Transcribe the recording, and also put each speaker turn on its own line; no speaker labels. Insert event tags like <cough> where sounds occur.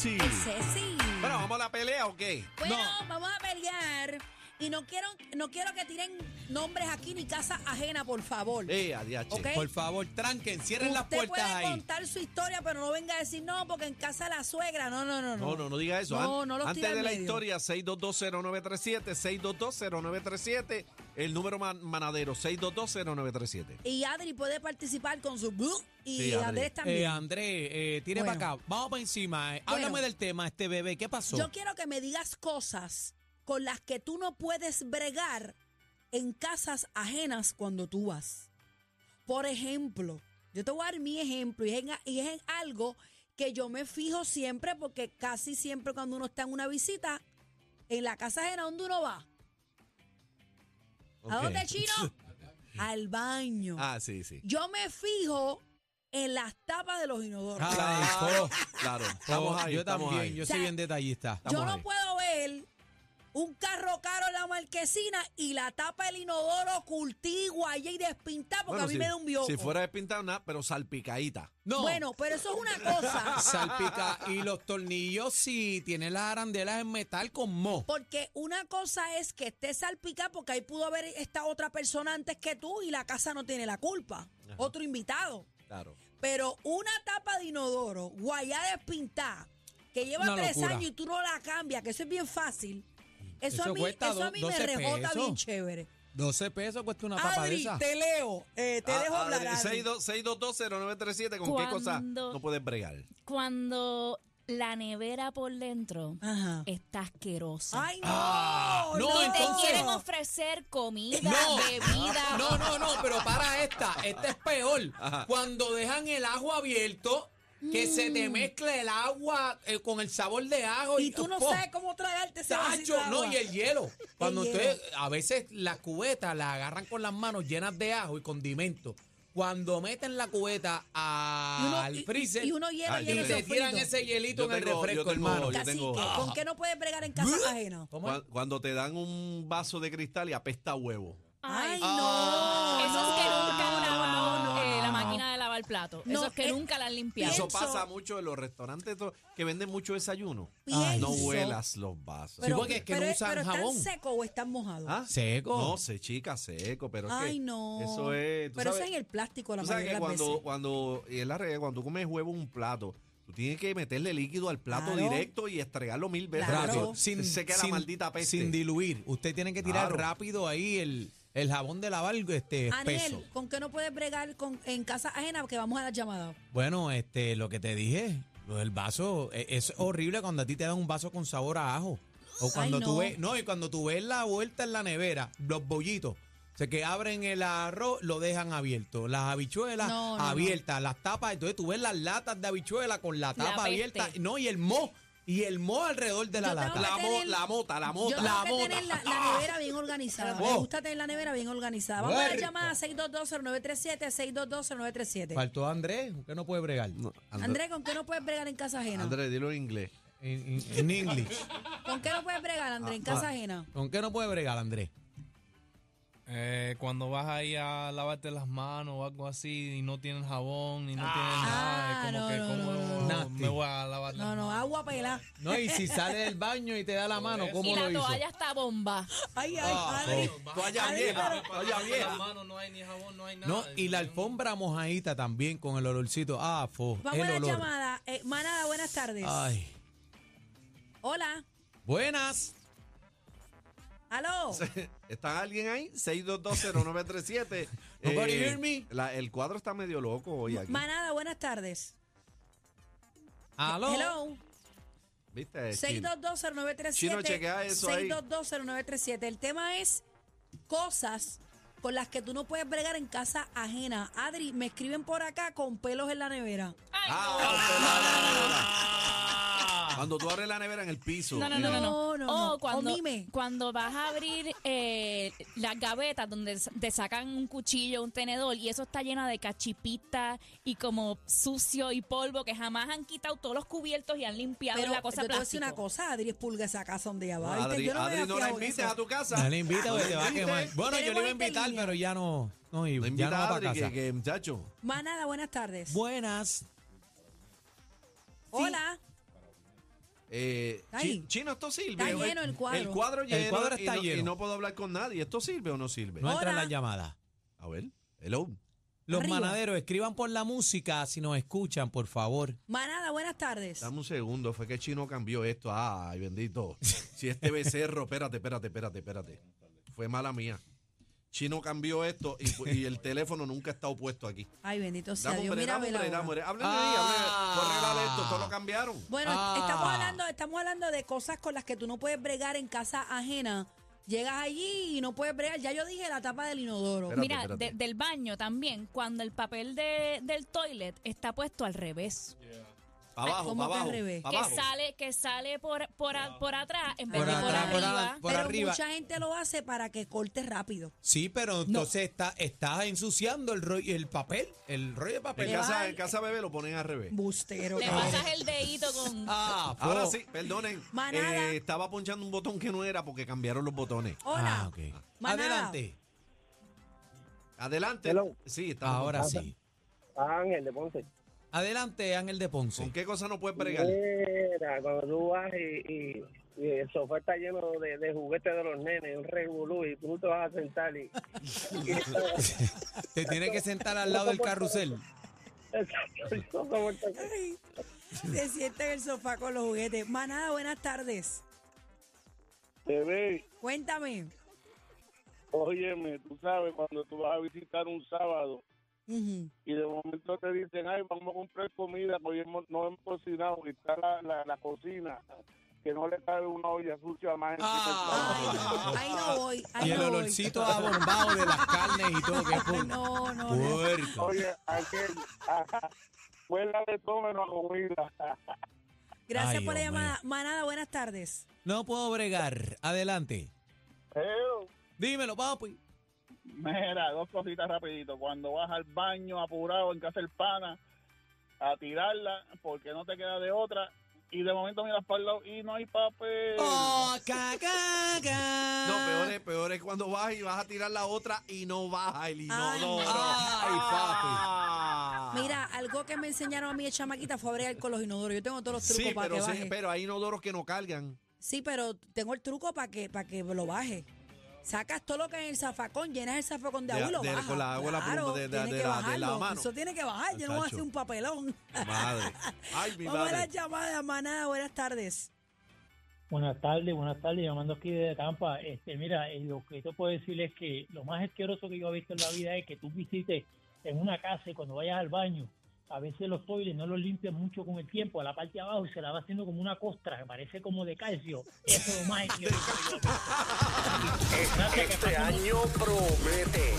Sí.
Ceci.
Bueno, ¿vamos a la pelea o qué?
Bueno,
No.
vamos a pelear. Y no quiero, no quiero que tiren nombres aquí ni casa ajena, por favor.
Eh, adiache.
Ok.
Por favor, tranquen, cierren las
Usted
puertas
puede
ahí.
contar su historia, pero no venga a decir no, porque en casa de la suegra. No, no, no, no.
No, no, no diga eso.
No,
An-
no los
Antes
tira al
de la
medio.
historia, 6220937, 6220937, el número man- manadero, 6220937.
Y Adri puede participar con su blu y
Sí, Adri.
Andrés también.
Eh, Andrés, eh, tire
Bueno.
para acá. Vamos para encima. eh.
Bueno.
Háblame del tema, este bebé. ¿Qué pasó?
Yo quiero que me digas cosas con las que tú no puedes bregar en casas ajenas cuando tú vas. Por ejemplo, yo te voy a dar mi ejemplo y es en, y es en algo que yo me fijo siempre porque casi siempre cuando uno está en una visita, en la casa ajena, ¿dónde uno va? ¿A
Ok.
dónde,
<laughs>
chino? Al baño.
Ah, sí, sí.
Yo me fijo en las tapas de los inodoros.
Ah,
Claro,
oh,
claro. Estamos
oh,
ahí,
yo
estamos
también,
ahí.
yo
O sea,
soy bien detallista.
Yo
Estamos
no
ahí.
puedo ver un carro caro en la marquesina y la tapa del inodoro cultigua allá y despintada porque
Bueno,
a mí
si-
me da un bioco.
Si fuera despintado, nada, pero salpicadita.
No,
Bueno, pero eso es una cosa. <laughs>
<laughs> salpica. Y los tornillos, si tienen las arandelas en metal con mo.
Porque una cosa es que esté salpicada porque ahí pudo haber esta otra persona antes que tú y la casa no tiene la culpa.
Ajá.
Otro invitado.
Claro.
Pero una tapa de inodoro guayada despintada que lleva
Una
tres
locura.
años y tú no la cambias, que eso es bien fácil. Eso,
Eso
a mí,
cuesta
eso a
do-
mí me
12
rebota
pesos.
bien chévere.
12 pesos cuesta una tapa de
Adri,
esa.
te leo. eh, te
Ah,
dejo hablar.
Adri,
Adri.
62- 6220937, ¿con qué cosa
Cuando-
no puedes bregar?
cuando la nevera por dentro
Ajá.
está asquerosa.
Ah. Ay, no.
Ah, no,
y te
entonces-
quieren ofrecer
<laughs>
comida,
No.
bebida.
No, no, no, pero para esta, esta es peor.
Ajá.
Cuando dejan el agua abierto, que se te mezcla el agua eh, con el sabor de ajo.
Mm. Y tú no
po,
sabes cómo tragarte ese vasito
Tacho,
de agua.
no, y el hielo. Cuando
hielo.
ustedes, a veces las cubetas las agarran con las manos llenas de ajo y condimento. Cuando meten la cubeta
Y uno-
al
y-
freezer
y uno hielo,
Ah,
y
hielo,
yo
le
hielo
tiran
frito.
ese hielito
Yo
en
tengo-
el refresco,
yo tengo-
hermano.
yo
Cacique,
tengo-
Ah.
¿con qué no puedes bregar en casa
¿Eh?
ajena?
¿Cómo es?
Cuan- Cuando te dan un vaso de cristal y apesta a huevo.
Ay,
Ay,
no.
Eso es que nunca han lavado
no, no,
eh, la
no.
máquina de lavar plato.
No,
eso es que
eh,
nunca la han
Pienso-
limpiado.
Eso pasa mucho en los restaurantes to- que venden mucho desayuno.
Pienso.
No huelas los vasos.
Sí, porque es que no
pero-
usan
pero
jabón.
¿Están seco o están mojados?
¿Ah?
Seco.
No, se chica seco, pero es que
Ay, no.
Eso es. tú
Pero
sabes-
eso es en el plástico la
Tú sabes
mayoría
que
de las
cuando,
veces.
cuando, y es la realidad, cuando tú comes huevo en un plato, tú tienes que meterle líquido al plato
Claro.
directo y estregarlo mil veces.
Claro.
Rápido.
Rápido, sin,
se queda
sin-
la maldita peste.
sin diluir. Usted tiene que tirar
Claro.
rápido ahí el, el jabón de lavar este espeso.
Aniel, ¿con qué no puedes bregar con, en casa ajena? Porque vamos a la llamada.
Bueno, este, lo que te dije, lo del vaso, e- es horrible cuando a ti te dan un vaso con sabor a ajo. O cuando
no.
tú ves, no, y cuando tú ves la vuelta en la nevera, los bollitos. O sea, que abren el arroz, lo dejan abierto. Las habichuelas
No, no, no.
abiertas, las tapas. Entonces tú ves las latas de habichuela con la
La
tapa
peste.
abierta. No, y el mo, y el mo alrededor de la
Yo tengo
lata.
que
La, mo-
tener-
la mota, la
Yo
mota.
tengo
la
que
mota.
tener la, la nevera bien organizada. Me
Oh.
gusta tener la nevera bien organizada. Vamos a la
Rico.
llamada 622-0937, 622-0937.
Faltó Andrés, que no puede bregar.
No, André-
Andrés, ¿con qué no puedes bregar en casa ajena?
André, dilo en inglés.
En, en- en English.
¿Con qué no puedes bregar, Andrés,
Ah,
en casa ajena?
¿Con qué no puede bregar, Andrés?
Eh, cuando vas ahí a lavarte las manos o algo así y no tienes jabón y no
Ah,
tienes nada, es
no,
como
no,
que
no,
¿cómo
no, no.
me voy a lavar las
No, no, agua pelada.
No, y si sale del baño y te da la mano, ¿cómo
y
lo
la
hizo?
toalla está bomba.
Ay, ay,
Ah,
Adri.
Toalla
Adri,
vieja,
pero-
toalla
manos? Las
vieja.
manos no hay ni jabón, no hay nada.
No, y la
Yo-
alfombra mojadita también con el olorcito. Ah, fo,
Vamos
el
a la
olor.
llamada. Eh, manada, buenas tardes.
Ay.
Hola.
Buenas.
Aló.
¿Está alguien ahí? 6220937.
<laughs> Nobody hear me.
Eh, la- el cuadro está medio loco hoy aquí.
Manada, buenas tardes.
Aló.
Hello.
¿Viste? Chino?
6220937.
Chino, chequea eso ahí.
6220937. El tema es cosas con las que tú no puedes bregar en casa ajena. Adri, me escriben por acá con pelos en la nevera.
Ay,
Ah,
no.
ah, Cuando tú abres la nevera en el piso.
No, no,
en
no,
el-
no,
No,
no.
no, no.
O cuando,
O mime.
cuando vas a abrir eh, las gavetas donde s- te sacan un cuchillo, un tenedor, y eso está llena de cachipitas y como sucio y polvo que jamás han quitado todos los cubiertos y han limpiado la
yo
cosa
te voy a decir
plástica.
una cosa, Adri expulga esa casa donde ella va. ¿viste?
Adri,
yo no me
Adri,
había
no la
fijado en
invites
eso.
a tu casa.
No le invita porque te va a
invites.
quemar. Bueno, yo le
Tenemos
iba a
gente en
invitar,
línea.
pero ya no. No,
No
iba, ya
invita
no
a
va para
Adri,
casa.
que, que, muchacho.
Manada, buenas tardes.
Buenas.
Hola.
eh,
Está ahí.
chi- Chino, esto sirve.
Está lleno el cuadro.
El cuadro,
El
lleno,
cuadro
y
está
no-
lleno.
Y no puedo hablar con nadie. ¿Esto sirve o no sirve?
No entra
Ahora-
la llamada.
A ver, hello.
Los
Arriba.
manaderos, escriban por la música si nos escuchan, por favor.
Manada, buenas tardes.
Dame un segundo, fue que Chino cambió esto. Ay, bendito.
<laughs>
Si este becerro, espérate, espérate, espérate, espérate. Fue mala mía. Chino cambió esto y, pu- y el teléfono nunca ha estado puesto aquí.
Ay, bendito sea
Dame un
Dios.
break, dame
Mírame
un
la
break,
hora.
dame un break. Háblenme
Ah.
ahí, háblenme. Por regla de esto, todo lo cambiaron.
Bueno,
Ah.
estamos hablando, estamos hablando de cosas con las que tú no puedes bregar en casa ajena. Llegas allí y no puedes bregar. Ya yo dije la tapa del inodoro.
Espérate,
Mira,
espérate.
de- del baño también, cuando el papel de- del toilet está puesto al revés.
Pa' abajo,
¿cómo
pa'
que al
abajo.
revés?
pa'
que
abajo. Ah.
sale, que sale por, por, a- por atrás en vez
Por
de por
atrás, por
arriba.
adelante, por
Pero
arriba.
mucha gente lo hace para que corte rápido.
Sí, pero entonces está, está ensuciando el, rollo, el papel, el rollo de papel.
En
Le vas
casa,
al-
en casa bebé lo ponen al revés.
Bustero.
Le
cabrón.
pasas el dedito con.
Ah,
Ahora
po.
sí, perdonen.
Manada.
eh, estaba ponchando un botón que no era porque cambiaron los botones.
Hola.
Ah, ok.
Manada.
Adelante.
Adelante.
Hello.
Sí, estaba
Ahora
ponchando.
sí.
Ángel de Ponce.
Adelante, Ángel de
¿Con
Ponce.
qué cosa no puedes bregar?
Eh. Mira, cuando tú vas y, y- y el sofá está lleno de, de juguetes de los nenes, un regulú, y tú te vas a sentar y... <laughs>
Te tiene que sentar al lado del carrusel.
Ay, se sienta en el sofá con los juguetes. Manada, buenas tardes.
Te ve,
Cuéntame.
óyeme, tú sabes, cuando tú vas a visitar un sábado
<laughs>
Ujú.
y de momento te dicen, ay, vamos a comprar comida, porque hemos- no hemos cocinado, y está la, la, la cocina, que no le cabe una olla sucia más encima del
Ay,
trabajo.
no, ahí no voy. Ahí
Y el
no
olorcito a bombado de las carnes y todo. Qué
voy.
pu-
No, no, no.
puerco.
Oye, aquel, ajá, huela de todo menos a comida.
Gracias
Ay,
por la
Dios mío.
llamada. Manada, buenas tardes.
No puedo bregar. Adelante. Dímelo, papi.
Mira, dos cositas rapidito. Cuando vas al baño apurado en casa del pana a tirarla porque no te queda de otra y de momento miras para el lado y no hay papel.
Oh, ca, ca, ca.
No, peor es, peor es cuando vas y vas a tirar la otra y no baja el
Ay,
inodoro. Ah.
no.
Ay, papi.
Mira, algo que me enseñaron a mí de chamaquita fue a bregar con los inodoros. Yo tengo todos los trucos
Sí,
para que
pero, sí,
baje.
pero hay inodoros que no cargan.
Sí, pero tengo el truco para que, para que lo baje. Sacas todo lo que hay en el zafacón, llenas el zafacón de
De-
agua y lo
de-
bajas.
con la- con la
Claro,
pluma de- de-
tiene
de la-
que
de la
bajarlo.
mano.
Eso tiene que bajar, yo no voy a hacer
Muchacho.
un papelón.
Madre. Ay, mi
Vamos a la
madre.
llamada, manada, buenas tardes.
Buenas tardes, buenas tardes, llamando aquí de Tampa. Este, mira, eh, lo que yo puedo decirles es que lo más asqueroso que yo he visto en la vida es que tú visites en una casa y cuando vayas al baño, a veces los toiles no los limpian mucho con el tiempo, a la parte de abajo se la va haciendo como una costra, que parece como de calcio. Eso es lo más asqueroso que yo he visto. Gracias, que pasen
año promete.